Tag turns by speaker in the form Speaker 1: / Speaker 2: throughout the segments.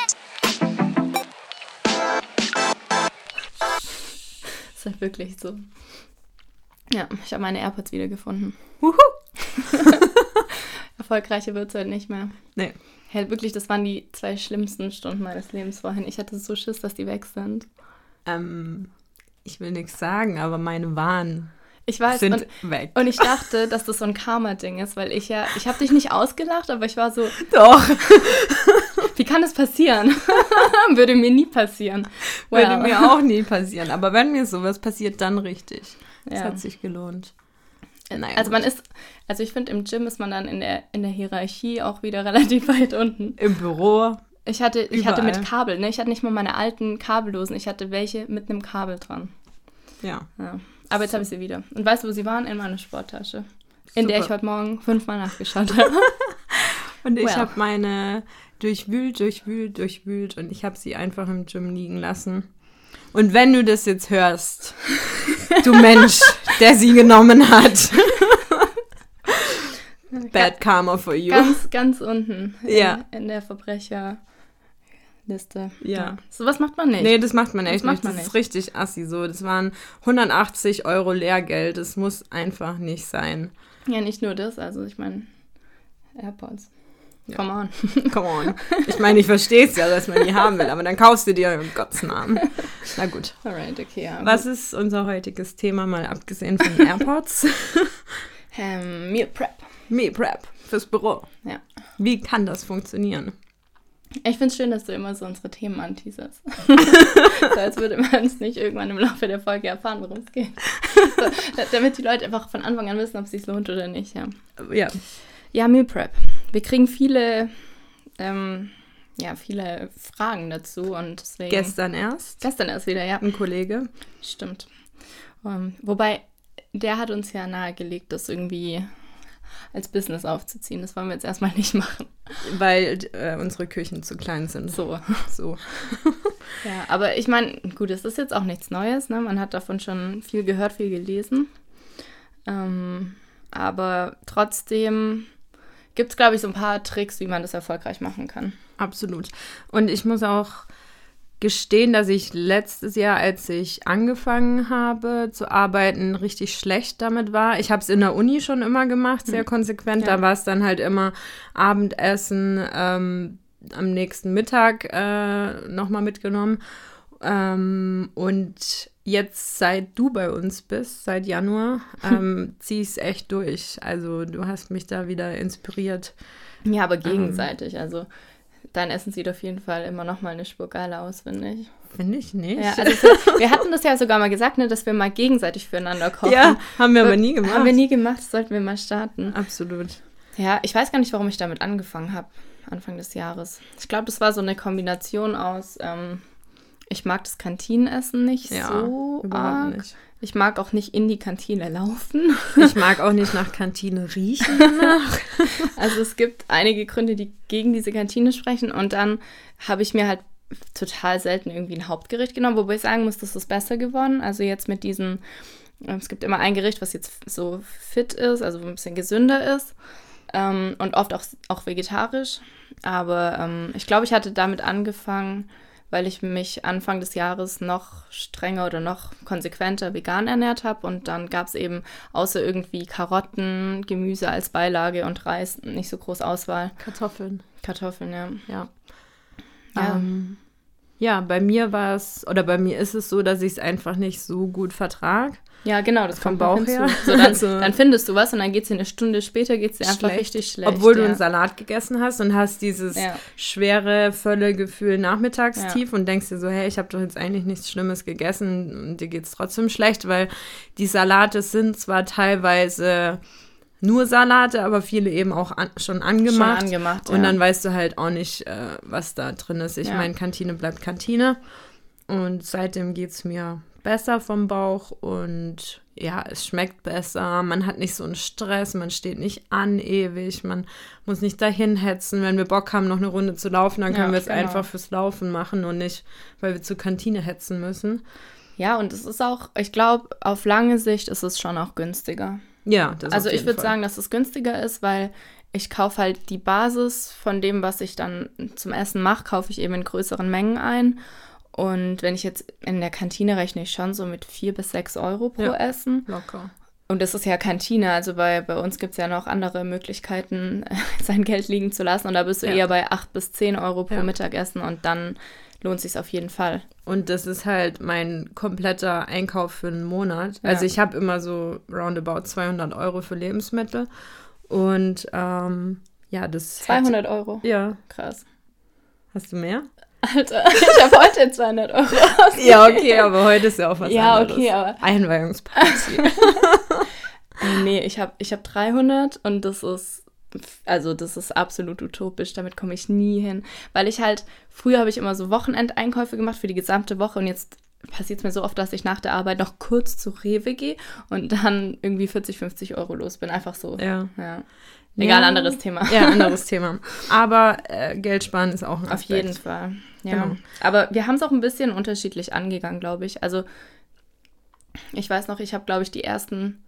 Speaker 1: halt Wirklich so. Ja, ich habe meine AirPods wiedergefunden.
Speaker 2: Wuhu!
Speaker 1: Erfolgreicher wird es halt nicht mehr.
Speaker 2: Nee.
Speaker 1: Hey, wirklich, das waren die zwei schlimmsten Stunden meines Lebens vorhin. Ich hatte so Schiss, dass die weg sind.
Speaker 2: Ähm, ich will nichts sagen, aber meine waren
Speaker 1: Ich weiß,
Speaker 2: sind
Speaker 1: und,
Speaker 2: weg.
Speaker 1: und ich dachte, dass das so ein Karma-Ding ist, weil ich ja, ich habe dich nicht ausgelacht, aber ich war so,
Speaker 2: Doch,
Speaker 1: wie kann das passieren? Würde mir nie passieren.
Speaker 2: würde
Speaker 1: Wow.
Speaker 2: mir auch nie passieren. Aber wenn mir sowas passiert, dann richtig. Das
Speaker 1: Ja.
Speaker 2: hat sich gelohnt. Äh, Naja,
Speaker 1: Also man
Speaker 2: gut.
Speaker 1: ist, also ich finde, im Gym ist man dann in der, in der Hierarchie auch wieder relativ weit unten.
Speaker 2: im Büro.
Speaker 1: Ich hatte, ich hatte mit
Speaker 2: Überall.
Speaker 1: Kabel, ne? Ich hatte nicht mal meine alten kabellosen, ich hatte welche mit einem Kabel dran.
Speaker 2: Ja.
Speaker 1: Ja. Aber jetzt habe ich sie wieder. Und weißt du, wo sie waren? In meiner Sporttasche. In der
Speaker 2: Super.
Speaker 1: ich heute Morgen fünfmal nachgeschaut habe.
Speaker 2: Und ich
Speaker 1: Well.
Speaker 2: habe meine durchwühlt, durchwühlt, durchwühlt und ich habe sie einfach im Gym liegen lassen. Und wenn du das jetzt hörst, du Mensch, der sie genommen hat. Bad Karma for you.
Speaker 1: ganz, ganz unten. In,
Speaker 2: Ja.
Speaker 1: in der Verbrecherliste.
Speaker 2: Ja.
Speaker 1: Sowas macht man nicht.
Speaker 2: Nee, das macht man echt
Speaker 1: macht
Speaker 2: nicht.
Speaker 1: man
Speaker 2: das ist richtig assi so. Das waren 180 Euro Lehrgeld. Das muss einfach nicht sein.
Speaker 1: Ja, nicht nur das, also ich meine, AirPods.
Speaker 2: Ja.
Speaker 1: Come on.
Speaker 2: Come on. Ich meine, ich verstehe es ja, dass man die haben will, aber dann kaufst du dir im Gottes Namen. Na gut.
Speaker 1: Alright, okay. Ja.
Speaker 2: Was ist unser heutiges Thema, mal abgesehen von den AirPods?
Speaker 1: Ähm, Meal Prep.
Speaker 2: Meal Prep fürs Büro.
Speaker 1: Ja.
Speaker 2: Wie kann das funktionieren?
Speaker 1: Ich finde es schön, dass du immer so unsere Themen anteaserst. so als würde man es nicht irgendwann im Laufe der Folge erfahren, worum es geht. So, da- damit die Leute einfach von Anfang an wissen, ob es sich lohnt oder nicht. Ja,
Speaker 2: Ja.
Speaker 1: ja Meal Prep. Wir kriegen viele, ähm, ja, viele Fragen dazu und deswegen.
Speaker 2: Gestern erst
Speaker 1: Gestern erst wieder, ja.
Speaker 2: ein Kollege.
Speaker 1: Stimmt. Ähm, wobei, der hat uns ja nahegelegt, das irgendwie als Business aufzuziehen. Das wollen wir jetzt erstmal nicht machen.
Speaker 2: Weil äh, unsere Küchen zu klein sind.
Speaker 1: So.
Speaker 2: So.
Speaker 1: Ja, aber ich meine, gut, es ist jetzt auch nichts Neues. Ne? Man hat davon schon viel gehört, viel gelesen. Ähm, aber trotzdem gibt es, glaube ich, so ein paar Tricks, wie man das erfolgreich machen kann.
Speaker 2: Absolut. Und ich muss auch gestehen, dass ich letztes Jahr, als ich angefangen habe zu arbeiten, richtig schlecht damit war. Ich habe es in der Uni schon immer gemacht, sehr konsequent.
Speaker 1: Hm. Ja.
Speaker 2: Da war es dann halt immer Abendessen, ähm, am nächsten Mittag äh, nochmal mitgenommen. Ähm, und jetzt, seit du bei uns bist, seit Januar,
Speaker 1: Hm.
Speaker 2: ähm, zieh ich's echt durch. Also du hast mich da wieder inspiriert.
Speaker 1: Ja,
Speaker 2: Ähm.
Speaker 1: aber gegenseitig. Also dein Essen sieht auf jeden Fall immer noch mal eine Spur geiler aus, finde ich.
Speaker 2: Finde ich nicht.
Speaker 1: Ja, also es- wir hatten das ja sogar mal gesagt, ne, dass wir mal gegenseitig füreinander kochen.
Speaker 2: Ja, Äh, haben wir aber nie gemacht.
Speaker 1: Haben wir nie gemacht, das sollten wir mal starten.
Speaker 2: Absolut.
Speaker 1: Ja, ich weiß gar nicht, warum ich damit angefangen habe, Anfang des Jahres. Ich glaube, das war so eine Kombination aus, ähm, ich mag das Kantinenessen nicht
Speaker 2: Ja,
Speaker 1: so
Speaker 2: überhaupt
Speaker 1: arg.
Speaker 2: nicht.
Speaker 1: Ich mag auch nicht in die Kantine laufen.
Speaker 2: Ich mag auch nicht nach Kantine riechen.
Speaker 1: Also es gibt einige Gründe, die gegen diese Kantine sprechen. Und dann habe ich mir halt total selten irgendwie ein Hauptgericht genommen, wobei ich sagen muss, das ist besser geworden. Also jetzt mit diesen, ähm, es gibt immer ein Gericht, was jetzt so fit ist, also ein bisschen gesünder ist ähm, und oft auch, auch vegetarisch. Aber ähm, ich glaube, ich hatte damit angefangen, weil ich mich Anfang des Jahres noch strenger oder noch konsequenter vegan ernährt habe. Und dann gab es eben außer irgendwie Karotten, Gemüse als Beilage und Reis nicht so groß Auswahl.
Speaker 2: Kartoffeln,
Speaker 1: Kartoffeln, ja.
Speaker 2: ja.
Speaker 1: Ja.
Speaker 2: Ähm, ja, bei mir war es, oder bei mir ist es so, dass ich es einfach nicht so gut vertrag.
Speaker 1: Ja, genau, das
Speaker 2: Vom
Speaker 1: kommt noch
Speaker 2: Bauch
Speaker 1: hinzu.
Speaker 2: her.
Speaker 1: So, dann,
Speaker 2: Also-
Speaker 1: dann findest du was und dann geht es dir eine Stunde später, geht es dir einfach
Speaker 2: Schlecht.
Speaker 1: richtig schlecht.
Speaker 2: Obwohl du
Speaker 1: ja.
Speaker 2: einen Salat gegessen hast und hast dieses
Speaker 1: Ja.
Speaker 2: schwere, völle Gefühl nachmittagstief und denkst dir so, hey, ich habe doch jetzt eigentlich nichts Schlimmes gegessen und dir geht's trotzdem schlecht, weil die Salate sind zwar teilweise nur Salate, aber viele eben auch an, schon angemacht.
Speaker 1: Schon angemacht
Speaker 2: Und
Speaker 1: ja.
Speaker 2: dann weißt du halt auch nicht, äh, was da drin ist. Ich
Speaker 1: Ja.
Speaker 2: meine, Kantine bleibt Kantine. Und seitdem geht es mir besser vom Bauch und ja, es schmeckt besser. Man hat nicht so einen Stress, man steht nicht an ewig, man muss nicht dahin hetzen. Wenn wir Bock haben, noch eine Runde zu laufen, dann
Speaker 1: Ja,
Speaker 2: können wir es
Speaker 1: genau.
Speaker 2: einfach fürs Laufen machen und nicht, weil wir zur Kantine hetzen müssen.
Speaker 1: Ja, und es ist auch, ich glaube, auf lange Sicht ist es schon auch günstiger.
Speaker 2: Ja, das
Speaker 1: also
Speaker 2: auf
Speaker 1: ich
Speaker 2: jeden
Speaker 1: würde
Speaker 2: Fall.
Speaker 1: sagen, dass es günstiger ist, weil ich kaufe halt die Basis von dem, was ich dann zum Essen mache, kaufe ich eben in größeren Mengen ein. Und wenn ich jetzt in der Kantine rechne, ich schon so mit 4 bis 6 Euro pro
Speaker 2: Ja.
Speaker 1: Essen.
Speaker 2: Locker.
Speaker 1: Und das ist ja Kantine, also bei, bei uns gibt es ja noch andere Möglichkeiten, sein Geld liegen zu lassen. Und da bist du
Speaker 2: Ja.
Speaker 1: eher bei 8 bis 10 Euro pro
Speaker 2: Ja.
Speaker 1: Mittagessen und dann lohnt sich auf jeden Fall.
Speaker 2: Und das ist halt mein kompletter Einkauf für einen Monat. Also
Speaker 1: Ja.
Speaker 2: ich habe immer so roundabout 200 Euro für Lebensmittel. Und ähm, ja, das... hat-
Speaker 1: 200 Euro.
Speaker 2: Ja.
Speaker 1: Krass.
Speaker 2: Hast du mehr?
Speaker 1: Alter, ich habe heute 200 Euro.
Speaker 2: Ja, okay, aber heute ist ja auch was
Speaker 1: Ja,
Speaker 2: anderes.
Speaker 1: okay, aber-
Speaker 2: Einweihungsparty.
Speaker 1: Äh, nee, ich habe ich hab 300 und das ist, also das ist absolut utopisch, damit komme ich nie hin. Weil ich halt, früher habe ich immer so Wochenendeinkäufe gemacht für die gesamte Woche und jetzt passiert es mir so oft, dass ich nach der Arbeit noch kurz zu Rewe gehe und dann irgendwie 40, 50 Euro los bin. Einfach so.
Speaker 2: ja.
Speaker 1: Ja. Egal,
Speaker 2: Ja.
Speaker 1: anderes Thema.
Speaker 2: ja, anderes Thema. Aber äh, Geld sparen ist auch ein
Speaker 1: Auf
Speaker 2: Aspekt.
Speaker 1: jeden Fall. Ja.
Speaker 2: Genau.
Speaker 1: Aber wir haben es auch ein bisschen unterschiedlich angegangen, glaube ich. Also, ich weiß noch, ich habe, glaube ich, die ersten,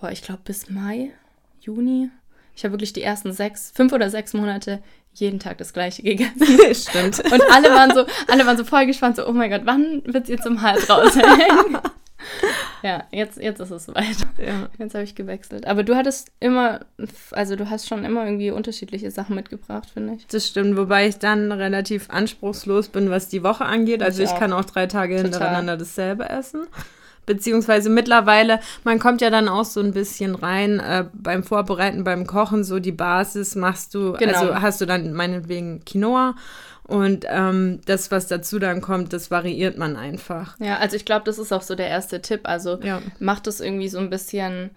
Speaker 1: boah, ich glaube bis Mai, Juni, ich habe wirklich die ersten sechs, fünf oder sechs Monate jeden Tag das Gleiche gegessen.
Speaker 2: Stimmt.
Speaker 1: Und alle waren so, alle waren so voll gespannt, so, oh mein Gott, wann wird ihr zum Hals raushängen? ja, jetzt, jetzt ist es soweit.
Speaker 2: Ja.
Speaker 1: Jetzt habe ich gewechselt. Aber du hattest immer, also du hast schon immer irgendwie unterschiedliche Sachen mitgebracht, finde ich.
Speaker 2: Das stimmt, wobei ich dann relativ anspruchslos bin, was die Woche angeht. Also
Speaker 1: Ich
Speaker 2: ich, kann auch drei Tage
Speaker 1: Total.
Speaker 2: hintereinander dasselbe essen. Beziehungsweise mittlerweile, man kommt ja dann auch so ein bisschen rein äh, beim Vorbereiten, beim Kochen, so die Basis machst du,
Speaker 1: Genau.
Speaker 2: also hast du dann meinetwegen Quinoa und ähm, das, was dazu dann kommt, das variiert man einfach.
Speaker 1: Ja, also ich glaube, das ist auch so der erste Tipp. Also
Speaker 2: Ja.
Speaker 1: macht es irgendwie so ein bisschen,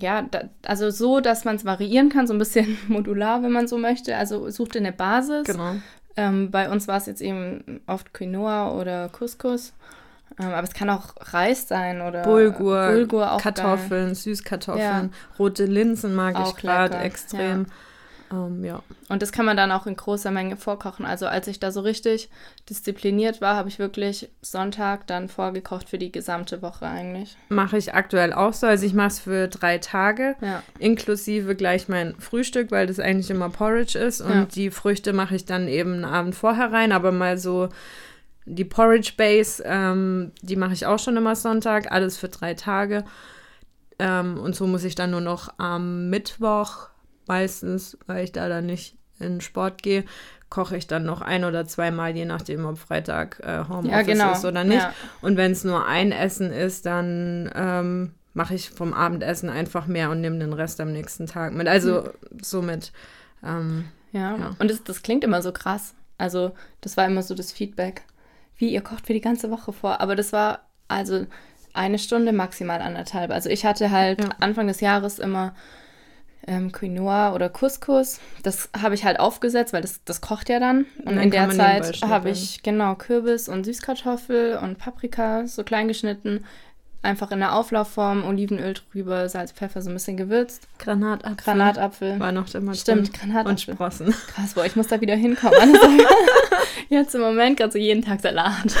Speaker 1: ja, da, also so, dass man es variieren kann, so ein bisschen modular, wenn man so möchte. Also sucht ihr eine Basis.
Speaker 2: Genau.
Speaker 1: Ähm, bei uns war es jetzt eben oft Quinoa oder Couscous. Ähm, aber es kann auch Reis sein oder
Speaker 2: Bulgur,
Speaker 1: Bulgur auch Geil.
Speaker 2: Kartoffeln, Süßkartoffeln, rote Linsen mag
Speaker 1: Auch
Speaker 2: ich gerade
Speaker 1: lecker,
Speaker 2: extrem. Ähm, ja.
Speaker 1: Und das kann man dann auch in großer Menge vorkochen. Also als ich da so richtig diszipliniert war, habe ich wirklich Sonntag dann vorgekocht für die gesamte Woche eigentlich.
Speaker 2: Mache ich aktuell auch so. Also ich mache es für drei Tage,
Speaker 1: Ja.
Speaker 2: inklusive gleich mein Frühstück, weil das eigentlich immer Porridge ist. Und
Speaker 1: Ja.
Speaker 2: die Früchte mache ich dann eben einen Abend vorher rein, aber mal so die Porridge Base, ähm, die mache ich auch schon immer Sonntag, alles für drei Tage. Ähm, und so muss ich dann nur noch am Mittwoch meistens, weil ich da dann nicht in den Sport gehe, koche ich dann noch ein oder zweimal, je nachdem, ob Freitag äh, Homeoffice
Speaker 1: Ja, genau.
Speaker 2: ist oder nicht.
Speaker 1: Ja.
Speaker 2: Und wenn es nur ein Essen ist, dann ähm, mache ich vom Abendessen einfach mehr und nehme den Rest am nächsten Tag mit. Also
Speaker 1: Hm.
Speaker 2: somit. Ähm,
Speaker 1: Ja,
Speaker 2: Ja.
Speaker 1: und das, das klingt immer so krass. Also, das war immer so das Feedback. Wie, ihr kocht für die ganze Woche vor. Aber das war also eine Stunde, maximal anderthalb. Also, ich hatte halt
Speaker 2: Ja.
Speaker 1: Anfang des Jahres immer ähm, Quinoa oder Couscous. Das habe ich halt aufgesetzt, weil das, das kocht ja dann. Und in
Speaker 2: dann kann
Speaker 1: der
Speaker 2: man nebenbei
Speaker 1: Zeit
Speaker 2: schnippeln.
Speaker 1: habe ich genau Kürbis und Süßkartoffel und Paprika so klein geschnitten. Einfach in der Auflaufform, Olivenöl drüber, Salz, Pfeffer, so ein bisschen gewürzt.
Speaker 2: Granatapfel.
Speaker 1: Granatapfel.
Speaker 2: war noch immer
Speaker 1: Stimmt,
Speaker 2: drin.
Speaker 1: Granatapfel.
Speaker 2: Und Sprossen.
Speaker 1: Krass, boah, ich muss da wieder hinkommen. Also, Jetzt im Moment gerade so jeden Tag Salat.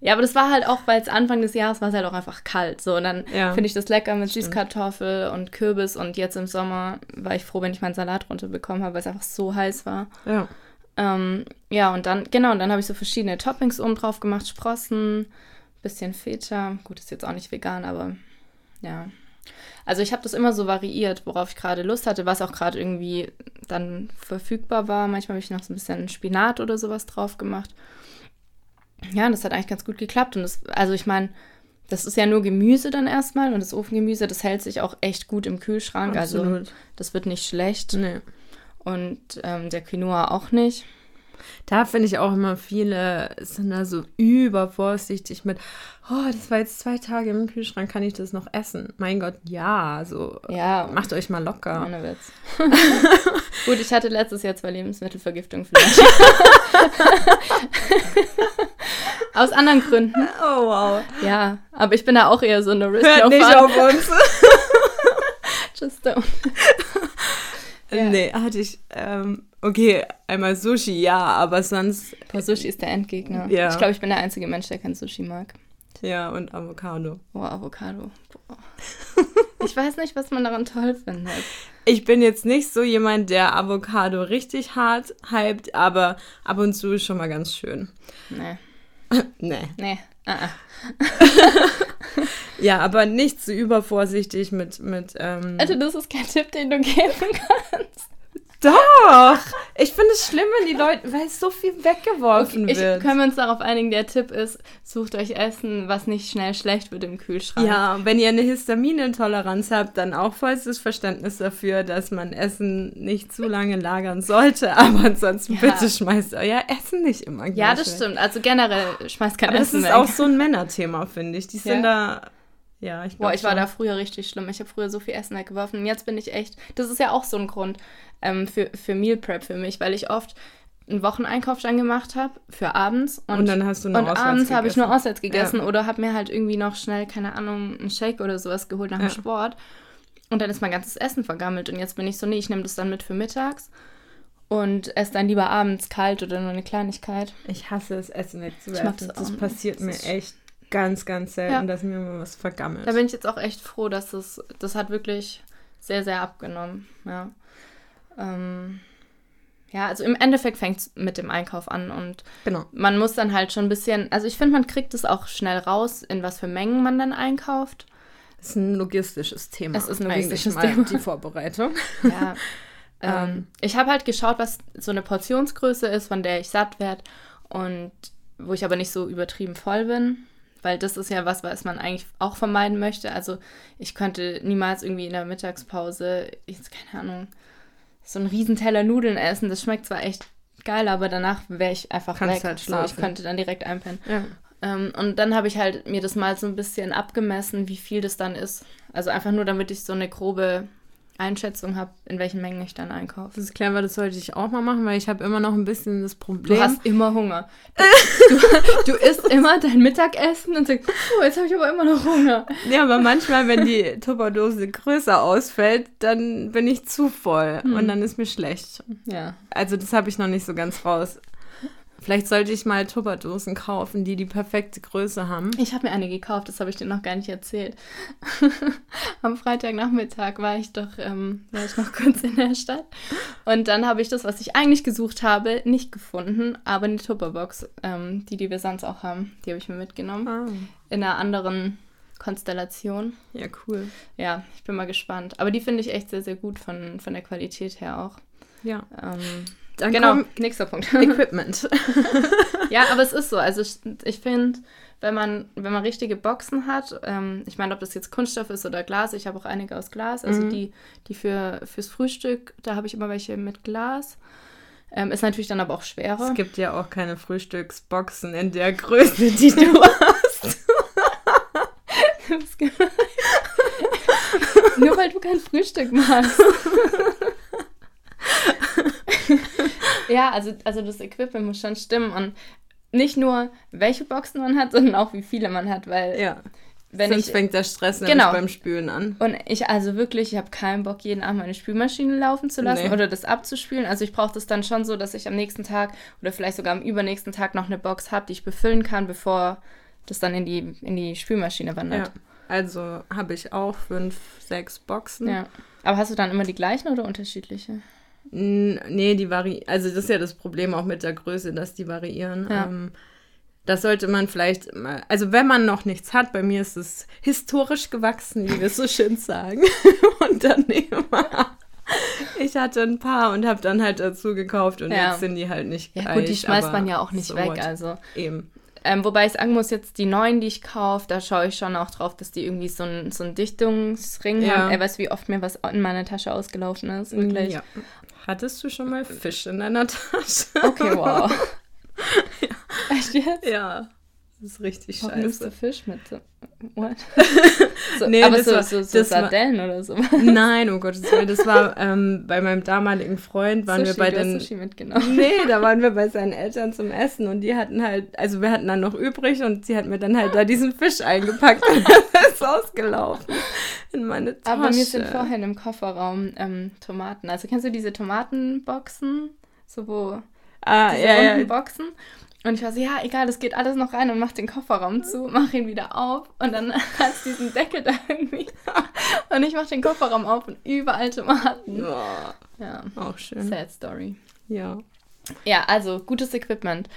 Speaker 1: ja, aber das war halt auch, weil es Anfang des Jahres war es halt auch einfach kalt. So, und dann
Speaker 2: Ja.
Speaker 1: finde ich das lecker mit Süßkartoffel und Kürbis. Und jetzt im Sommer war ich froh, wenn ich meinen Salat runterbekommen habe, weil es einfach so heiß war.
Speaker 2: Ja.
Speaker 1: Ähm, ja, und dann, genau, und dann habe ich so verschiedene Toppings oben drauf gemacht. Sprossen, bisschen Feta. Gut, ist jetzt auch nicht vegan, aber ja. Also ich habe das immer so variiert, worauf ich gerade Lust hatte, was auch gerade irgendwie dann verfügbar war. Manchmal habe ich noch so ein bisschen Spinat oder sowas drauf gemacht. Ja, und das hat eigentlich ganz gut geklappt. Und das, also ich meine, das ist ja nur Gemüse dann erstmal und das Ofengemüse, das hält sich auch echt gut im Kühlschrank. Also
Speaker 2: Absolut.
Speaker 1: das wird nicht schlecht.
Speaker 2: Nee.
Speaker 1: Und ähm, der Quinoa auch nicht.
Speaker 2: Da finde ich auch immer viele sind da so übervorsichtig mit, oh, das war jetzt zwei Tage im Kühlschrank, kann ich das noch essen? Mein Gott, ja, so
Speaker 1: Ja,
Speaker 2: macht euch mal locker.
Speaker 1: Ohne Witz. Gut, ich hatte letztes Jahr zwar Lebensmittelvergiftung vielleicht. Aus anderen Gründen,
Speaker 2: Oh wow,
Speaker 1: ja. Aber ich bin da auch eher so eine risk
Speaker 2: hört
Speaker 1: no
Speaker 2: nicht
Speaker 1: fun.
Speaker 2: auf uns.
Speaker 1: Just don't. Ja.
Speaker 2: Nee, hatte ich, ähm, okay, einmal Sushi, ja, aber sonst,
Speaker 1: Boah, Sushi ist der Endgegner.
Speaker 2: Ja.
Speaker 1: Ich glaube, ich bin der einzige Mensch, der kein Sushi mag.
Speaker 2: ja, und Avocado.
Speaker 1: Boah, Avocado. Boah. Oh, Ich weiß nicht, was man daran toll findet.
Speaker 2: Ich bin jetzt nicht so jemand, der Avocado richtig hart hypt, aber ab und zu ist schon mal ganz schön.
Speaker 1: Nee,
Speaker 2: nee.
Speaker 1: nee. Ah, ah.
Speaker 2: Ja, aber nicht zu übervorsichtig mit. mit ähm
Speaker 1: Also, das ist kein Tipp, den du geben kannst.
Speaker 2: Doch! Ich finde es schlimm, wenn die Leute, weil so viel weggeworfen
Speaker 1: Ich,
Speaker 2: wird.
Speaker 1: können wir uns darauf einigen, der Tipp ist, sucht euch Essen, was nicht schnell schlecht wird im Kühlschrank.
Speaker 2: Ja, wenn ihr eine Histaminintoleranz habt, dann auch vollstes Verständnis dafür, dass man Essen nicht zu lange lagern sollte. Aber ansonsten
Speaker 1: Ja.
Speaker 2: bitte schmeißt euer Essen nicht immer gleich
Speaker 1: Ja, das
Speaker 2: weg.
Speaker 1: stimmt. Also generell schmeißt kein
Speaker 2: Aber das
Speaker 1: Essen
Speaker 2: ist
Speaker 1: weg.
Speaker 2: auch so ein Männerthema, finde ich. Die sind da. Ja, ich glaub
Speaker 1: Boah, ich war
Speaker 2: schon.
Speaker 1: da früher richtig schlimm. Ich habe früher so viel Essen weggeworfen. Und jetzt bin ich echt. Das ist ja auch so ein Grund ähm, für, für Meal Prep für mich, weil ich oft einen Wocheneinkaufschein gemacht habe für abends. Und,
Speaker 2: Und dann hast du nur
Speaker 1: Und
Speaker 2: auswärts
Speaker 1: abends habe ich nur
Speaker 2: gegessen.
Speaker 1: auswärts gegessen oder habe mir halt irgendwie noch schnell, keine Ahnung, einen Shake oder sowas geholt nach
Speaker 2: Ja.
Speaker 1: dem Sport. Und dann ist mein ganzes Essen vergammelt. Und jetzt bin ich so, nee, ich nehme das dann mit für mittags und esse dann lieber abends kalt oder nur eine Kleinigkeit.
Speaker 2: Ich hasse es, Essen
Speaker 1: Ich mag das
Speaker 2: wegzuwerfen.
Speaker 1: auch
Speaker 2: Das,
Speaker 1: nicht.
Speaker 2: passiert
Speaker 1: Das
Speaker 2: mir
Speaker 1: ist-
Speaker 2: echt ganz, ganz selten,
Speaker 1: Ja.
Speaker 2: dass mir mal was vergammelt.
Speaker 1: Da bin ich jetzt auch echt froh, dass das, das hat wirklich sehr, sehr abgenommen. Ja, ähm, ja also im Endeffekt fängt es mit dem Einkauf an und
Speaker 2: genau.
Speaker 1: man muss dann halt schon ein bisschen, also ich finde, man kriegt es auch schnell raus, in was für Mengen man dann einkauft.
Speaker 2: Das ist ein logistisches Thema.
Speaker 1: Es ist ein
Speaker 2: eigentlich
Speaker 1: logistisches
Speaker 2: mal
Speaker 1: Thema.
Speaker 2: Die Vorbereitung.
Speaker 1: Ja. ähm, ich habe halt geschaut, was so eine Portionsgröße ist, von der ich satt werde und wo ich aber nicht so übertrieben voll bin. Weil das ist ja was, was man eigentlich auch vermeiden möchte. Also ich könnte niemals irgendwie in der Mittagspause, jetzt keine Ahnung, so einen Riesenteller Nudeln essen. Das schmeckt zwar echt geil, aber danach wäre ich einfach
Speaker 2: Kannst
Speaker 1: weg.
Speaker 2: halt
Speaker 1: So, ich
Speaker 2: schlafen.
Speaker 1: könnte dann direkt einpennen.
Speaker 2: Ja.
Speaker 1: Ähm, und dann habe ich halt mir das mal so ein bisschen abgemessen, wie viel das dann ist. Also einfach nur, damit ich so eine grobe Einschätzung habe, in welchen Mengen ich dann einkaufe.
Speaker 2: Das ist clever, das sollte ich auch mal machen, weil ich habe immer noch ein bisschen das
Speaker 1: Du
Speaker 2: Problem.
Speaker 1: hast immer Hunger. Du, du isst immer dein Mittagessen und denkst, oh, jetzt habe ich aber immer noch Hunger.
Speaker 2: Ja, aber manchmal, wenn die Tupperdose größer ausfällt, dann bin ich zu voll
Speaker 1: Hm.
Speaker 2: und dann ist mir schlecht.
Speaker 1: Ja.
Speaker 2: Also das habe ich noch nicht so ganz raus. Vielleicht sollte ich mal Tupperdosen kaufen, die die perfekte Größe haben.
Speaker 1: Ich habe mir eine gekauft, das habe ich dir noch gar nicht erzählt. Am Freitagnachmittag war ich doch, ähm, war ich noch kurz in der Stadt. Und dann habe ich das, was ich eigentlich gesucht habe, nicht gefunden, aber eine Tupperbox, ähm, die, die wir sonst auch haben, die habe ich mir mitgenommen.
Speaker 2: Ah,
Speaker 1: In einer anderen Konstellation.
Speaker 2: ja, cool.
Speaker 1: Ja, ich bin mal gespannt. Aber die finde ich echt sehr, sehr gut von, von der Qualität her auch.
Speaker 2: Ja.
Speaker 1: Ähm,
Speaker 2: Dann
Speaker 1: genau,
Speaker 2: kommt
Speaker 1: nächster Punkt.
Speaker 2: Equipment.
Speaker 1: Ja, aber es ist so. Also ich- ich finde, wenn man, wenn man richtige Boxen hat, ähm, ich meine, ob das jetzt Kunststoff ist oder Glas, ich habe auch einige aus Glas, also
Speaker 2: Mhm.
Speaker 1: die, die für, fürs Frühstück, da habe ich immer welche mit Glas. Ähm, ist natürlich dann aber auch schwerer.
Speaker 2: Es gibt ja auch keine Frühstücksboxen in der Größe, die du
Speaker 1: Es gibt- Nur weil du kein Frühstück machst. ja, also, also das Equipment muss schon stimmen und nicht nur, welche Boxen man hat, sondern auch, wie viele man hat, weil
Speaker 2: Ja.
Speaker 1: wenn
Speaker 2: Sonst
Speaker 1: ich...
Speaker 2: fängt der Stress nämlich
Speaker 1: Genau.
Speaker 2: beim Spülen an.
Speaker 1: Und ich, also wirklich, ich habe keinen Bock, jeden Abend meine Spülmaschine laufen zu lassen
Speaker 2: Nee.
Speaker 1: oder das abzuspülen. Also ich brauche das dann schon so, dass ich am nächsten Tag oder vielleicht sogar am übernächsten Tag noch eine Box habe, die ich befüllen kann, bevor das dann in die, in die Spülmaschine wandert.
Speaker 2: Ja. Also habe ich auch fünf, sechs Boxen.
Speaker 1: Ja. Aber hast du dann immer die gleichen oder unterschiedliche?
Speaker 2: N- Nee, die variieren. Also, das ist ja das Problem auch mit der Größe, dass die variieren.
Speaker 1: Ja.
Speaker 2: Ähm, das sollte man vielleicht mal. Also, wenn man noch nichts hat, bei mir ist es historisch gewachsen, wie wir es so schön sagen. Unternehmer. Ich hatte ein paar und habe dann halt dazu gekauft und
Speaker 1: Ja.
Speaker 2: jetzt sind die halt nicht
Speaker 1: Ja
Speaker 2: gleich.
Speaker 1: gut, die schmeißt
Speaker 2: aber
Speaker 1: man ja auch nicht
Speaker 2: so
Speaker 1: weg,
Speaker 2: what.
Speaker 1: also.
Speaker 2: Eben.
Speaker 1: Ähm, wobei ich sagen muss, jetzt die neuen, die ich kaufe, da schaue ich schon auch drauf, dass die irgendwie so einen so einen Dichtungsring
Speaker 2: Ja.
Speaker 1: haben. Er weiß, wie oft mir was in meiner Tasche ausgelaufen ist. Wirklich.
Speaker 2: Ja. Hattest du schon mal Fisch in deiner Tasche?
Speaker 1: Okay, wow. Echt jetzt?
Speaker 2: ja. Das ist richtig
Speaker 1: Warum nimmst du
Speaker 2: scheiße.
Speaker 1: Fisch mit? So- What? So,
Speaker 2: Nee,
Speaker 1: aber
Speaker 2: das
Speaker 1: so,
Speaker 2: war-
Speaker 1: so, so
Speaker 2: das war-
Speaker 1: Sardellen oder so.
Speaker 2: Nein, um Gottes Willen, das war ähm, bei meinem damaligen Freund, waren
Speaker 1: Sushi,
Speaker 2: wir bei
Speaker 1: du hast
Speaker 2: den.
Speaker 1: Sushi mitgenommen.
Speaker 2: Nee, da waren wir bei seinen Eltern zum Essen und die hatten halt, also wir hatten dann noch übrig und sie hat mir dann halt da diesen Fisch eingepackt und das ist ausgelaufen in meine Tasche.
Speaker 1: Aber Ah, mir sind vorhin im Kofferraum ähm, Tomaten. Also kennst du diese Tomatenboxen? So wo
Speaker 2: Ah,
Speaker 1: diese
Speaker 2: ja,
Speaker 1: runden
Speaker 2: ja.
Speaker 1: Boxen. Und ich war so, ja, egal, das geht alles noch rein und mach den Kofferraum zu, mach ihn wieder auf. Und dann hat es diesen Deckel da irgendwie. Und ich mach den Kofferraum auf und überall Tomaten.
Speaker 2: Oh,
Speaker 1: Ja,
Speaker 2: auch schön.
Speaker 1: sad story.
Speaker 2: Ja.
Speaker 1: Ja, also gutes Equipment.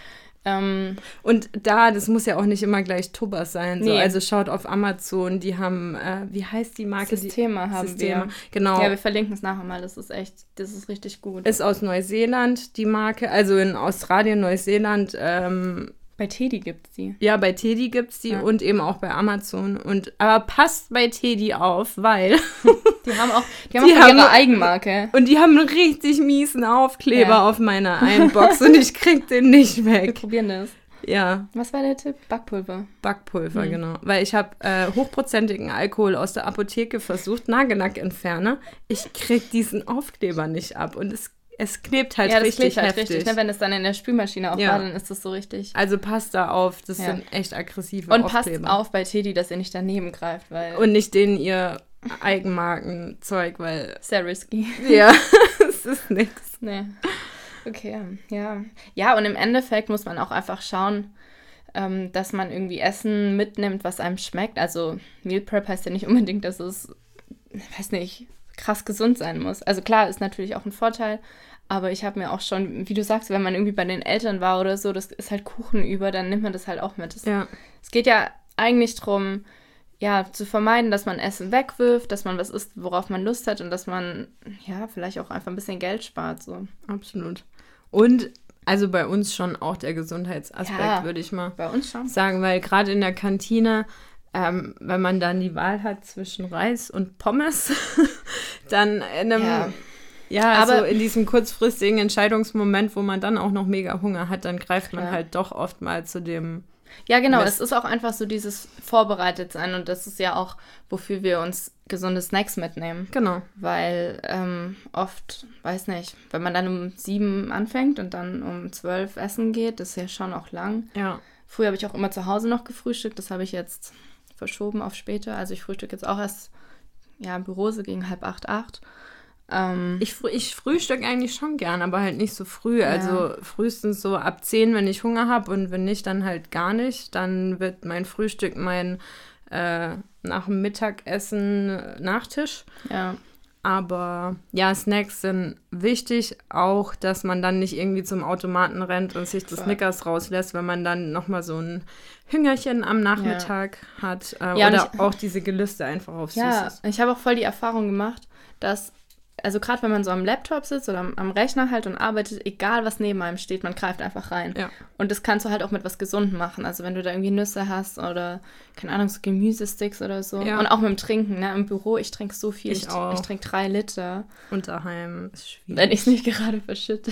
Speaker 1: Ähm,
Speaker 2: Und da, das muss ja auch nicht immer gleich Tubas sein. So.
Speaker 1: Nee.
Speaker 2: Also schaut auf Amazon, die haben, äh, wie heißt die Marke?
Speaker 1: Systema
Speaker 2: die,
Speaker 1: haben
Speaker 2: Systema.
Speaker 1: wir.
Speaker 2: Genau.
Speaker 1: Ja, wir verlinken es nachher mal. Das ist echt, das ist richtig gut.
Speaker 2: ist aus Neuseeland, die Marke. Also in Australien, Neuseeland. Ähm,
Speaker 1: Bei Teddy gibt's die.
Speaker 2: ja, bei Teddy gibt es die
Speaker 1: Ja.
Speaker 2: und eben auch bei Amazon. Und, aber passt bei Teddy auf, weil.
Speaker 1: Die haben auch, die haben
Speaker 2: Die
Speaker 1: auch von ihrer
Speaker 2: haben-
Speaker 1: Eigenmarke.
Speaker 2: Und die haben einen richtig miesen Aufkleber
Speaker 1: Ja.
Speaker 2: auf meiner Einbox und ich krieg den nicht
Speaker 1: Wir
Speaker 2: weg.
Speaker 1: probieren das.
Speaker 2: Ja,
Speaker 1: Was war der Tipp? Backpulver.
Speaker 2: Halt Backpulver,
Speaker 1: Mhm.
Speaker 2: genau. Weil ich habe äh, hochprozentigen Alkohol aus der Apotheke versucht, Nagellackentferner. Ich krieg diesen Aufkleber nicht ab und es, es klebt halt
Speaker 1: ja, das
Speaker 2: richtig
Speaker 1: klingt halt
Speaker 2: heftig.
Speaker 1: richtig. Ne? Wenn es dann in der Spülmaschine auch
Speaker 2: Ja.
Speaker 1: war, dann ist das so richtig.
Speaker 2: also passt da auf, das
Speaker 1: Ja.
Speaker 2: sind echt aggressive
Speaker 1: Und passt
Speaker 2: Aufkleber.
Speaker 1: auf bei Teddy, dass ihr nicht daneben greift, weil
Speaker 2: Und nicht denen ihr Eigenmarkenzeug, weil
Speaker 1: sehr risky.
Speaker 2: ja, es ist nichts.
Speaker 1: Nee. Okay, ähm, ja. Ja, und im Endeffekt muss man auch einfach schauen, ähm, dass man irgendwie Essen mitnimmt, was einem schmeckt. Also Meal Prep heißt ja nicht unbedingt, dass es, weiß nicht, krass gesund sein muss. Also klar, ist natürlich auch ein Vorteil, aber ich habe mir auch schon, wie du sagst, wenn man irgendwie bei den Eltern war oder so, das ist halt Kuchen über, dann nimmt man das halt auch mit. Das
Speaker 2: Ja,
Speaker 1: Es geht ja eigentlich darum, ja, zu vermeiden, dass man Essen wegwirft, dass man was isst, worauf man Lust hat und dass man, ja, vielleicht auch einfach ein bisschen Geld spart. So.
Speaker 2: absolut. Und also bei uns schon auch der Gesundheitsaspekt,
Speaker 1: Ja.
Speaker 2: würde ich mal
Speaker 1: Bei uns schon.
Speaker 2: sagen, weil gerade in der Kantine, ähm, wenn man dann die Wahl hat zwischen Reis und Pommes, dann in einem,
Speaker 1: Ja.
Speaker 2: ja,
Speaker 1: Aber-
Speaker 2: so in diesem kurzfristigen Entscheidungsmoment, wo man dann auch noch mega Hunger hat, dann greift man
Speaker 1: Klar.
Speaker 2: halt doch oft mal zu dem.
Speaker 1: Ja, genau.
Speaker 2: Mist.
Speaker 1: Es ist auch einfach so dieses vorbereitet sein und das ist ja auch, wofür wir uns gesunde Snacks mitnehmen.
Speaker 2: Genau.
Speaker 1: Weil ähm, oft, weiß nicht, wenn man dann um sieben anfängt und dann um zwölf essen geht, das ist ja schon auch lang.
Speaker 2: Ja.
Speaker 1: Früher habe ich auch immer zu Hause noch gefrühstückt, das habe ich jetzt verschoben auf später. Also ich frühstücke jetzt auch erst ja, im Büro so gegen halb acht, acht. Ähm,
Speaker 2: Ich, frü- ich frühstück eigentlich schon gern, aber halt nicht so früh. Also frühestens so ab 10, wenn ich Hunger habe und wenn nicht, dann halt gar nicht. Dann wird mein Frühstück mein äh, nach dem Mittagessen äh, Nachtisch.
Speaker 1: ja.
Speaker 2: Aber ja, Snacks sind wichtig, auch dass man dann nicht irgendwie zum Automaten rennt und sich das
Speaker 1: Voll.
Speaker 2: Snickers rauslässt, wenn man dann nochmal so ein Hüngerchen am Nachmittag hat. Äh,
Speaker 1: Ja, und
Speaker 2: oder
Speaker 1: ich-
Speaker 2: auch diese Gelüste einfach auf
Speaker 1: Ja,
Speaker 2: Süßes.
Speaker 1: ich habe auch voll die Erfahrung gemacht, dass, also gerade wenn man so am Laptop sitzt oder am, am Rechner halt und arbeitet, egal was neben einem steht, man greift einfach rein.
Speaker 2: Ja.
Speaker 1: Und das kannst du halt auch mit was Gesundem machen. Also wenn du da irgendwie Nüsse hast oder, keine Ahnung, so Gemüsesticks oder so.
Speaker 2: Ja.
Speaker 1: Und auch mit dem Trinken, ne? Im Büro, ich trinke so viel.
Speaker 2: Ich auch.
Speaker 1: ich trinke drei Liter,
Speaker 2: Und daheim ist schwierig.
Speaker 1: wenn ich es nicht gerade verschütte.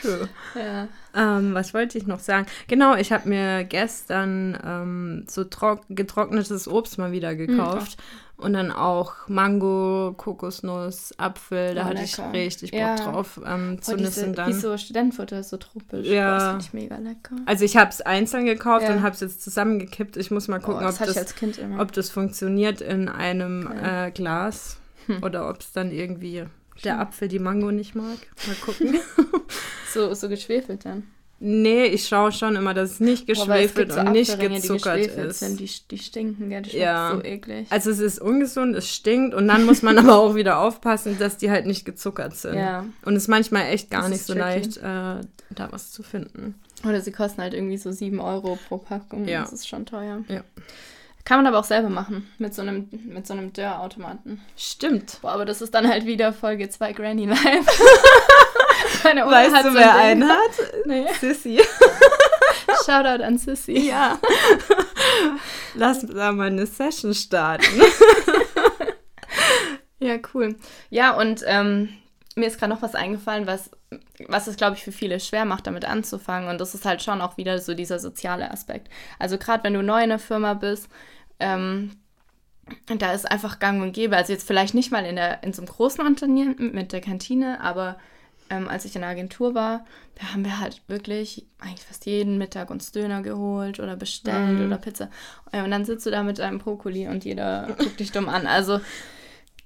Speaker 2: True.
Speaker 1: Ja.
Speaker 2: Ähm, was wollte ich noch sagen? Genau, ich habe mir gestern ähm, so trock- getrocknetes Obst mal
Speaker 1: Hm,
Speaker 2: wieder gekauft.
Speaker 1: oh.
Speaker 2: und dann auch Mango, Kokosnuss, Apfel. Da
Speaker 1: Oh,
Speaker 2: hatte
Speaker 1: lecker.
Speaker 2: ich richtig Bock
Speaker 1: Ja.
Speaker 2: drauf ähm, zu
Speaker 1: Boah, diese,
Speaker 2: nüssen
Speaker 1: Wie
Speaker 2: dann.
Speaker 1: so Studentenfutter, so tropisch.
Speaker 2: Ja.
Speaker 1: Boah, Das finde ich mega lecker.
Speaker 2: Also ich habe es einzeln gekauft
Speaker 1: Ja.
Speaker 2: und habe es jetzt zusammengekippt. Ich muss mal gucken,
Speaker 1: Boah, das
Speaker 2: ob,
Speaker 1: hatte
Speaker 2: das,
Speaker 1: ich als Kind immer.
Speaker 2: ob das funktioniert in einem
Speaker 1: Ja.
Speaker 2: äh, Glas
Speaker 1: Hm.
Speaker 2: oder ob es dann irgendwie der Apfel die Mango nicht mag. Mal gucken.
Speaker 1: so, so geschwefelt dann.
Speaker 2: nee, ich schaue schon immer, dass es nicht
Speaker 1: Boah, weil es
Speaker 2: geschwefelt
Speaker 1: gibt so
Speaker 2: und nicht
Speaker 1: Apfelringe, die
Speaker 2: gezuckert
Speaker 1: geschwefelt
Speaker 2: ist.
Speaker 1: Sind. Die, die stinken, gell? Die
Speaker 2: Ja.
Speaker 1: ja. so eklig.
Speaker 2: Also es ist ungesund, es stinkt und dann muss man aber auch wieder aufpassen, dass die halt nicht gezuckert sind.
Speaker 1: ja.
Speaker 2: Und es ist manchmal echt gar
Speaker 1: Das
Speaker 2: nicht
Speaker 1: ist
Speaker 2: so
Speaker 1: tricky.
Speaker 2: leicht, äh, da was zu finden.
Speaker 1: Oder sie kosten halt irgendwie so 7 Euro pro Packung.
Speaker 2: Ja.
Speaker 1: Das ist schon teuer.
Speaker 2: Ja.
Speaker 1: Kann man aber auch selber machen, mit so einem, mit so einem Dörrautomaten.
Speaker 2: Stimmt.
Speaker 1: Boah, aber das ist dann halt wieder Folge 2 Granny Life. Meine Oma
Speaker 2: Weißt
Speaker 1: hat
Speaker 2: du,
Speaker 1: so
Speaker 2: wer
Speaker 1: ein
Speaker 2: einen
Speaker 1: Ding.
Speaker 2: hat?
Speaker 1: Nee.
Speaker 2: Sissy.
Speaker 1: Shoutout an Sissy.
Speaker 2: Ja. Lass da mal eine Session starten.
Speaker 1: Ja, cool. Ja, und ähm, mir ist gerade noch was eingefallen, was, was es, glaube ich, für viele schwer macht, damit anzufangen. Und das ist halt schon auch wieder so dieser soziale Aspekt. Also gerade wenn du neu in der Firma bist, ähm, da ist einfach gang und gäbe. Also jetzt vielleicht nicht mal in, der, in so einem großen Unternehmen mit der Kantine, aber ähm, als ich in der Agentur war, da haben wir halt wirklich eigentlich fast jeden Mittag uns Döner geholt oder bestellt
Speaker 2: Mhm.
Speaker 1: oder Pizza. Und dann sitzt du da mit deinem Brokkoli und jeder guckt dich dumm an. Also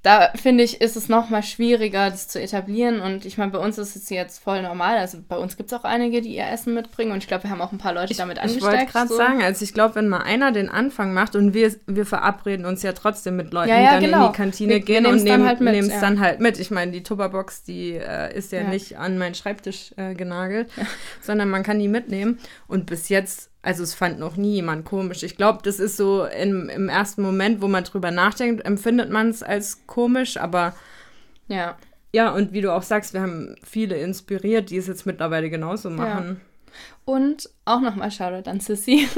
Speaker 1: da finde ich, ist es nochmal schwieriger, das zu etablieren. Und ich meine, bei uns ist es jetzt voll normal. Also bei uns gibt es auch einige, die ihr Essen mitbringen. Und ich glaube, wir haben auch ein paar Leute damit
Speaker 2: Ich
Speaker 1: angesteckt.
Speaker 2: wollte gerade
Speaker 1: so.
Speaker 2: sagen, also ich glaube, wenn mal einer den Anfang macht und wir, wir verabreden uns ja trotzdem mit Leuten,
Speaker 1: Ja, ja,
Speaker 2: die dann
Speaker 1: genau.
Speaker 2: in die Kantine
Speaker 1: Wir- wir
Speaker 2: gehen
Speaker 1: nehmen's
Speaker 2: und
Speaker 1: dann
Speaker 2: nehmen
Speaker 1: halt mit,
Speaker 2: es
Speaker 1: ja.
Speaker 2: dann halt mit. Ich meine, die Tupperbox, die äh, ist ja,
Speaker 1: Ja.
Speaker 2: nicht an meinen Schreibtisch äh, genagelt, sondern man kann die mitnehmen. Und bis jetzt, also es fand noch nie jemand komisch. Ich glaube, das ist so im, im ersten Moment, wo man drüber nachdenkt, empfindet man es als komisch, aber
Speaker 1: Ja.
Speaker 2: ja, und wie du auch sagst, wir haben viele inspiriert, die es jetzt mittlerweile genauso machen.
Speaker 1: Und auch nochmal Shoutout an Sissy.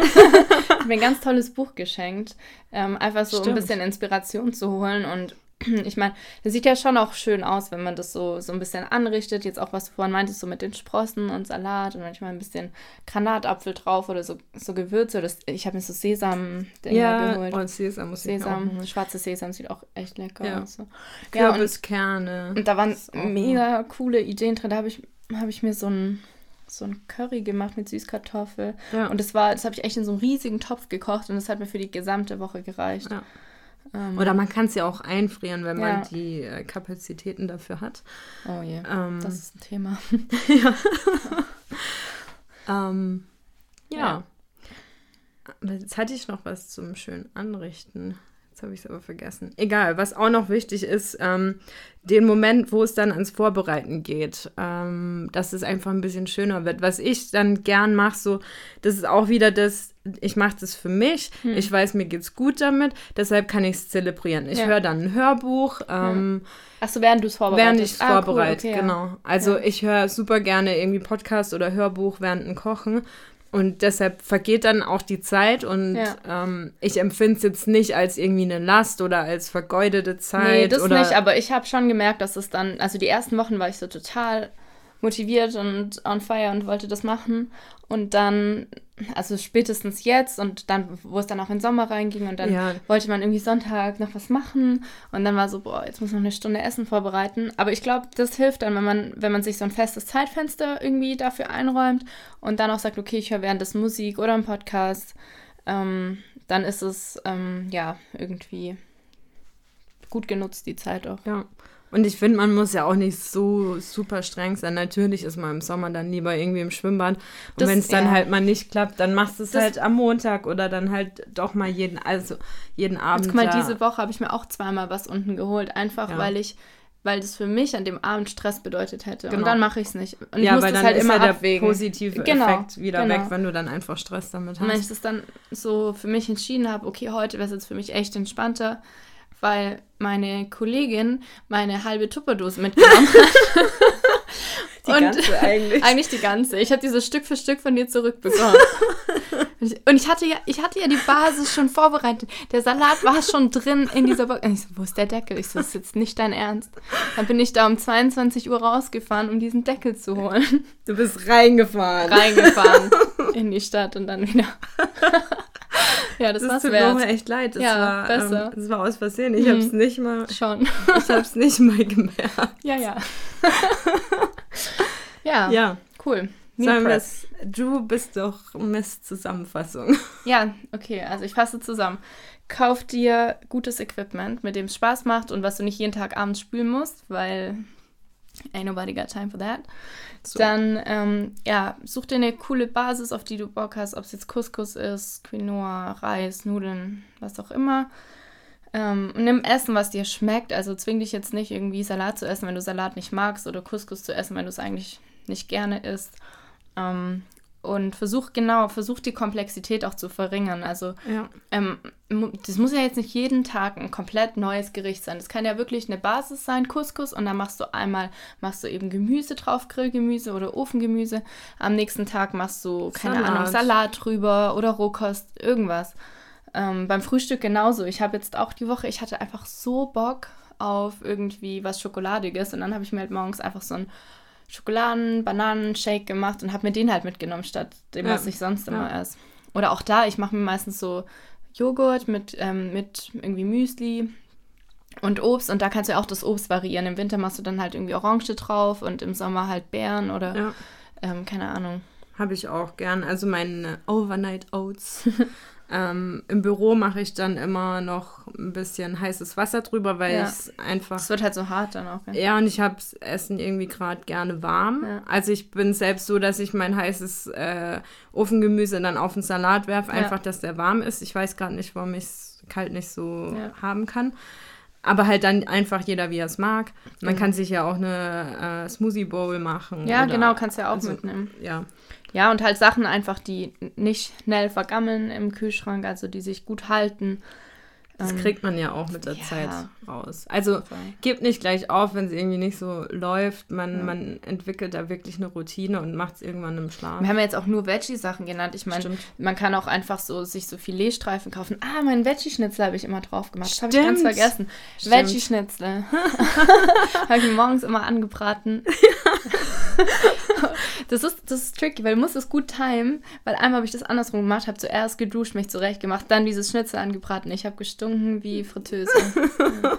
Speaker 1: hat mir ein ganz tolles Buch geschenkt. Ähm, einfach so, um ein
Speaker 2: Stimmt.
Speaker 1: bisschen Inspiration zu holen. Und ich meine, das sieht ja schon auch schön aus, wenn man das so, so ein bisschen anrichtet. Jetzt auch, was du vorhin meintest, so mit den Sprossen und Salat und manchmal ein bisschen Granatapfel drauf oder so, so Gewürze. Das, ich habe mir so Sesam
Speaker 2: Ja,
Speaker 1: geholt.
Speaker 2: und Sesam muss ich mir auch
Speaker 1: Sesam,
Speaker 2: holen.
Speaker 1: schwarze Sesam sieht auch echt lecker
Speaker 2: Ja.
Speaker 1: aus. So. Ja, und
Speaker 2: Kürbiskerne.
Speaker 1: und da waren
Speaker 2: Ist auch
Speaker 1: mega coole Ideen drin. Da habe ich, hab ich mir so ein, so ein Curry gemacht mit Süßkartoffel.
Speaker 2: Ja.
Speaker 1: Und das war, das habe ich echt in so einem riesigen Topf gekocht und das hat mir für die gesamte Woche gereicht.
Speaker 2: Ja.
Speaker 1: Ähm,
Speaker 2: Oder man kann es ja auch einfrieren, wenn
Speaker 1: Ja.
Speaker 2: man die äh, Kapazitäten dafür hat.
Speaker 1: oh je.
Speaker 2: Ähm,
Speaker 1: Das ist ein Thema.
Speaker 2: ähm, ja.
Speaker 1: Ja.
Speaker 2: Aber Jetzt hatte ich noch was zum schönen Anrichten. Jetzt habe ich es aber vergessen. Egal, was auch noch wichtig ist, ähm, den Moment, wo es dann ans Vorbereiten geht, ähm, dass es einfach ein bisschen schöner wird. Was ich dann gern mache, so, das ist auch wieder das, ich mache das für mich,
Speaker 1: Hm.
Speaker 2: ich weiß, mir geht's gut damit, deshalb kann ich es zelebrieren. Ich
Speaker 1: Ja.
Speaker 2: höre dann ein Hörbuch, ähm,
Speaker 1: Achso, während du es vorbereitest.
Speaker 2: Während ich es
Speaker 1: Ah, cool,
Speaker 2: vorbereite,
Speaker 1: okay, ja.
Speaker 2: genau. Also
Speaker 1: Ja.
Speaker 2: ich höre super gerne irgendwie Podcast oder Hörbuch während dem Kochen. Und deshalb vergeht dann auch die Zeit und
Speaker 1: Ja.
Speaker 2: ähm, ich empfinde es jetzt nicht als irgendwie eine Last oder als vergeudete Zeit.
Speaker 1: Nee, das
Speaker 2: oder
Speaker 1: nicht, aber ich habe schon gemerkt, dass es dann, also die ersten Wochen war ich so total motiviert und on fire und wollte das machen. Und dann, also spätestens jetzt und dann, wo es dann auch in den Sommer reinging und dann
Speaker 2: Ja.
Speaker 1: wollte man irgendwie Sonntag noch was machen und dann war so, boah, jetzt muss man eine Stunde Essen vorbereiten. Aber ich glaube, das hilft dann, wenn man, wenn man sich so ein festes Zeitfenster irgendwie dafür einräumt und dann auch sagt, okay, ich höre währenddessen Musik oder einen Podcast, ähm, dann ist es, ähm, ja, irgendwie gut genutzt, die Zeit auch.
Speaker 2: Ja. Und ich finde, man muss ja auch nicht so super streng sein. Natürlich ist man im Sommer dann lieber irgendwie im Schwimmbad. Und
Speaker 1: Das-
Speaker 2: wenn es dann
Speaker 1: ja.
Speaker 2: halt mal nicht klappt, dann machst du es
Speaker 1: Das-
Speaker 2: halt am Montag oder dann halt doch mal jeden, also jeden Abend.
Speaker 1: Jetzt guck mal,
Speaker 2: da-
Speaker 1: diese Woche habe ich mir auch zweimal was unten geholt, einfach
Speaker 2: Ja.
Speaker 1: weil ich, weil das für mich an dem Abend Stress bedeutet hätte. Und
Speaker 2: Genau.
Speaker 1: dann mache ich es nicht. Und ich
Speaker 2: ja,
Speaker 1: muss
Speaker 2: weil
Speaker 1: das
Speaker 2: dann
Speaker 1: halt
Speaker 2: ist
Speaker 1: immer
Speaker 2: ja der
Speaker 1: abwägen.
Speaker 2: positive
Speaker 1: Genau,
Speaker 2: Effekt wieder
Speaker 1: genau.
Speaker 2: weg, wenn du dann einfach Stress damit
Speaker 1: Und wenn ich
Speaker 2: hast.
Speaker 1: das dann so für mich entschieden habe, okay, heute wäre es jetzt für mich echt entspannter, weil meine Kollegin meine halbe Tupperdose mitgenommen hat. und
Speaker 2: eigentlich.
Speaker 1: eigentlich die ganze. Ich habe dieses Stück für Stück von dir zurückbekommen. und, ich, und ich hatte ja, ich hatte ja die Basis schon vorbereitet. Der Salat war schon drin in dieser Box. Und ich so, wo ist der Deckel? Ich so, das ist jetzt nicht dein Ernst. Dann bin ich da um 22 Uhr rausgefahren, um diesen Deckel zu holen.
Speaker 2: Du bist reingefahren.
Speaker 1: reingefahren in die Stadt und dann wieder. ja, das,
Speaker 2: das
Speaker 1: war's
Speaker 2: tut mir auch
Speaker 1: wert.
Speaker 2: echt leid. Das,
Speaker 1: Ja,
Speaker 2: war,
Speaker 1: besser. Mhm.
Speaker 2: Ähm, das war aus Versehen. Ich hab's nicht mal,
Speaker 1: Schon.
Speaker 2: ich hab's nicht mal gemerkt.
Speaker 1: Ja, ja. ja,
Speaker 2: Ja,
Speaker 1: cool. Meal
Speaker 2: sagen wir
Speaker 1: Prep.
Speaker 2: es. Du bist doch Miss Zusammenfassung.
Speaker 1: Ja, okay, also ich fasse zusammen. Kauf dir gutes Equipment, mit dem es Spaß macht und was du nicht jeden Tag abends spülen musst, weil ain't nobody got time for that.
Speaker 2: So.
Speaker 1: Dann, ähm, ja, such dir eine coole Basis, auf die du Bock hast, ob es jetzt Couscous ist, Quinoa, Reis, Nudeln, was auch immer. Ähm, und nimm Essen, was dir schmeckt. Also zwing dich jetzt nicht irgendwie Salat zu essen, wenn du Salat nicht magst, oder Couscous zu essen, wenn du es eigentlich nicht gerne isst. Ähm, und versuch genau, versuch die Komplexität auch zu verringern. Also
Speaker 2: Ja.
Speaker 1: ähm, mu- das muss ja jetzt nicht jeden Tag ein komplett neues Gericht sein. Das kann ja wirklich eine Basis sein, Couscous, und dann machst du einmal, machst du eben Gemüse drauf, Grillgemüse oder Ofengemüse. Am nächsten Tag machst du, keine
Speaker 2: Salat.
Speaker 1: Ahnung, Salat drüber oder Rohkost, irgendwas. Ähm, beim Frühstück genauso. Ich habe jetzt auch die Woche, ich hatte einfach so Bock auf irgendwie was Schokoladiges und dann habe ich mir halt morgens einfach so einen Schokoladen-Bananen-Shake gemacht und habe mir den halt mitgenommen, statt dem,
Speaker 2: Ja.
Speaker 1: was ich sonst immer
Speaker 2: Ja.
Speaker 1: esse. Oder auch da, ich mache mir meistens so Joghurt mit, ähm, mit irgendwie Müsli und Obst und da kannst du ja auch das Obst variieren. Im Winter machst du dann halt irgendwie Orange drauf und im Sommer halt Beeren oder
Speaker 2: ja.
Speaker 1: ähm, keine Ahnung,
Speaker 2: habe ich auch gern. Also meine Overnight Oats. ähm, Im Büro mache ich dann immer noch ein bisschen heißes Wasser drüber, weil
Speaker 1: Ja.
Speaker 2: ich es einfach
Speaker 1: Es wird halt so hart dann auch. gell?
Speaker 2: Ja, und ich hab's Essen irgendwie gerade gerne warm.
Speaker 1: Ja.
Speaker 2: Also ich bin selbst so, dass ich mein heißes äh, Ofengemüse dann auf den Salat werfe,
Speaker 1: Ja.
Speaker 2: einfach, dass der warm ist. Ich weiß gerade nicht, warum ich es kalt nicht so
Speaker 1: Ja.
Speaker 2: haben kann. Aber halt dann einfach jeder, wie er es mag. Man
Speaker 1: Mhm.
Speaker 2: kann sich ja auch eine äh, Smoothie Bowl machen.
Speaker 1: Ja,
Speaker 2: oder-
Speaker 1: genau, kannst du ja auch
Speaker 2: also-
Speaker 1: mitnehmen.
Speaker 2: Ja,
Speaker 1: Ja, und halt Sachen einfach, die nicht schnell vergammeln im Kühlschrank, also die sich gut halten.
Speaker 2: das
Speaker 1: Ähm,
Speaker 2: kriegt man ja auch mit der
Speaker 1: ja.
Speaker 2: Zeit raus. Also
Speaker 1: voll.
Speaker 2: gebt nicht gleich auf, wenn es irgendwie nicht so läuft. Man,
Speaker 1: Ja.
Speaker 2: man entwickelt da wirklich eine Routine und macht es irgendwann im Schlaf.
Speaker 1: Wir haben ja jetzt auch nur Veggie-Sachen genannt. Ich meine,
Speaker 2: Stimmt.
Speaker 1: man kann auch einfach so sich so Filetstreifen kaufen. Ah, meinen Veggie-Schnitzel habe ich immer drauf gemacht. Das habe ich ganz
Speaker 2: Stimmt.
Speaker 1: vergessen.
Speaker 2: Stimmt.
Speaker 1: Veggie-Schnitzel. habe ich mir morgens immer angebraten. Das ist, das ist tricky, weil du musst es gut timen, weil einmal habe ich das andersrum gemacht, habe zuerst geduscht, mich zurecht gemacht, dann dieses Schnitzel angebraten. Ich habe gestunken wie Fritteuse. Ja.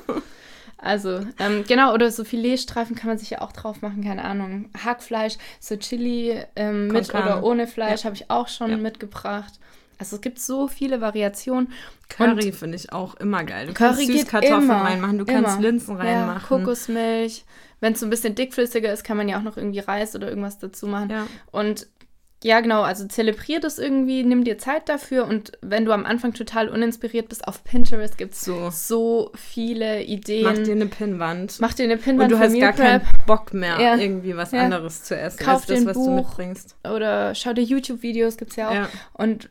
Speaker 1: also, ähm, genau, oder so Filetstreifen kann man sich ja auch drauf machen, keine Ahnung. Hackfleisch, so Chili ähm, mit
Speaker 2: Con carne.
Speaker 1: oder ohne Fleisch habe ich auch schon
Speaker 2: Ja.
Speaker 1: mitgebracht. Also es gibt so viele Variationen.
Speaker 2: Curry finde ich auch immer geil. Du
Speaker 1: Curry
Speaker 2: kannst
Speaker 1: geht
Speaker 2: Süßkartoffeln
Speaker 1: immer,
Speaker 2: reinmachen, du kannst
Speaker 1: immer.
Speaker 2: Linsen
Speaker 1: Ja,
Speaker 2: reinmachen.
Speaker 1: Kokosmilch. Wenn es so ein bisschen dickflüssiger ist, kann man ja auch noch irgendwie Reis oder irgendwas dazu machen.
Speaker 2: Ja.
Speaker 1: Und ja, genau, also zelebrier das irgendwie, nimm dir Zeit dafür und wenn du am Anfang total uninspiriert bist, auf Pinterest gibt es
Speaker 2: So.
Speaker 1: so viele Ideen.
Speaker 2: Mach dir eine Pinnwand.
Speaker 1: Mach dir eine
Speaker 2: Und
Speaker 1: Pinwand
Speaker 2: du
Speaker 1: für
Speaker 2: hast
Speaker 1: Meal
Speaker 2: gar
Speaker 1: Prep
Speaker 2: keinen Bock mehr,
Speaker 1: Ja.
Speaker 2: irgendwie was
Speaker 1: Ja.
Speaker 2: anderes zu essen,
Speaker 1: Kauf
Speaker 2: als das,
Speaker 1: dir ein
Speaker 2: was du
Speaker 1: Buch.
Speaker 2: mitbringst.
Speaker 1: oder schau dir YouTube-Videos, gibt es ja auch.
Speaker 2: Ja.
Speaker 1: Und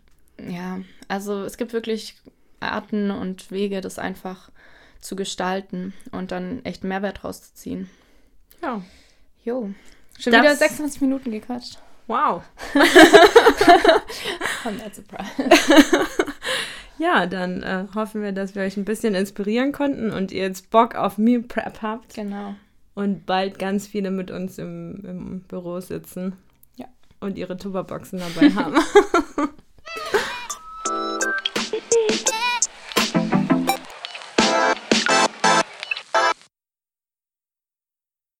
Speaker 1: ja, also es gibt wirklich Arten und Wege, das einfach zu gestalten und dann echt einen Mehrwert rauszuziehen.
Speaker 2: ja.
Speaker 1: Jo. Schon
Speaker 2: Das-
Speaker 1: wieder 26 Minuten gequatscht.
Speaker 2: Wow.
Speaker 1: I'm not surprised.
Speaker 2: Ja, dann äh, hoffen wir, dass wir euch ein bisschen inspirieren konnten und ihr jetzt Bock auf Meal Prep habt
Speaker 1: Genau.
Speaker 2: und bald ganz viele mit uns im, im Büro sitzen.
Speaker 1: Ja.
Speaker 2: Und ihre Tupperboxen dabei haben.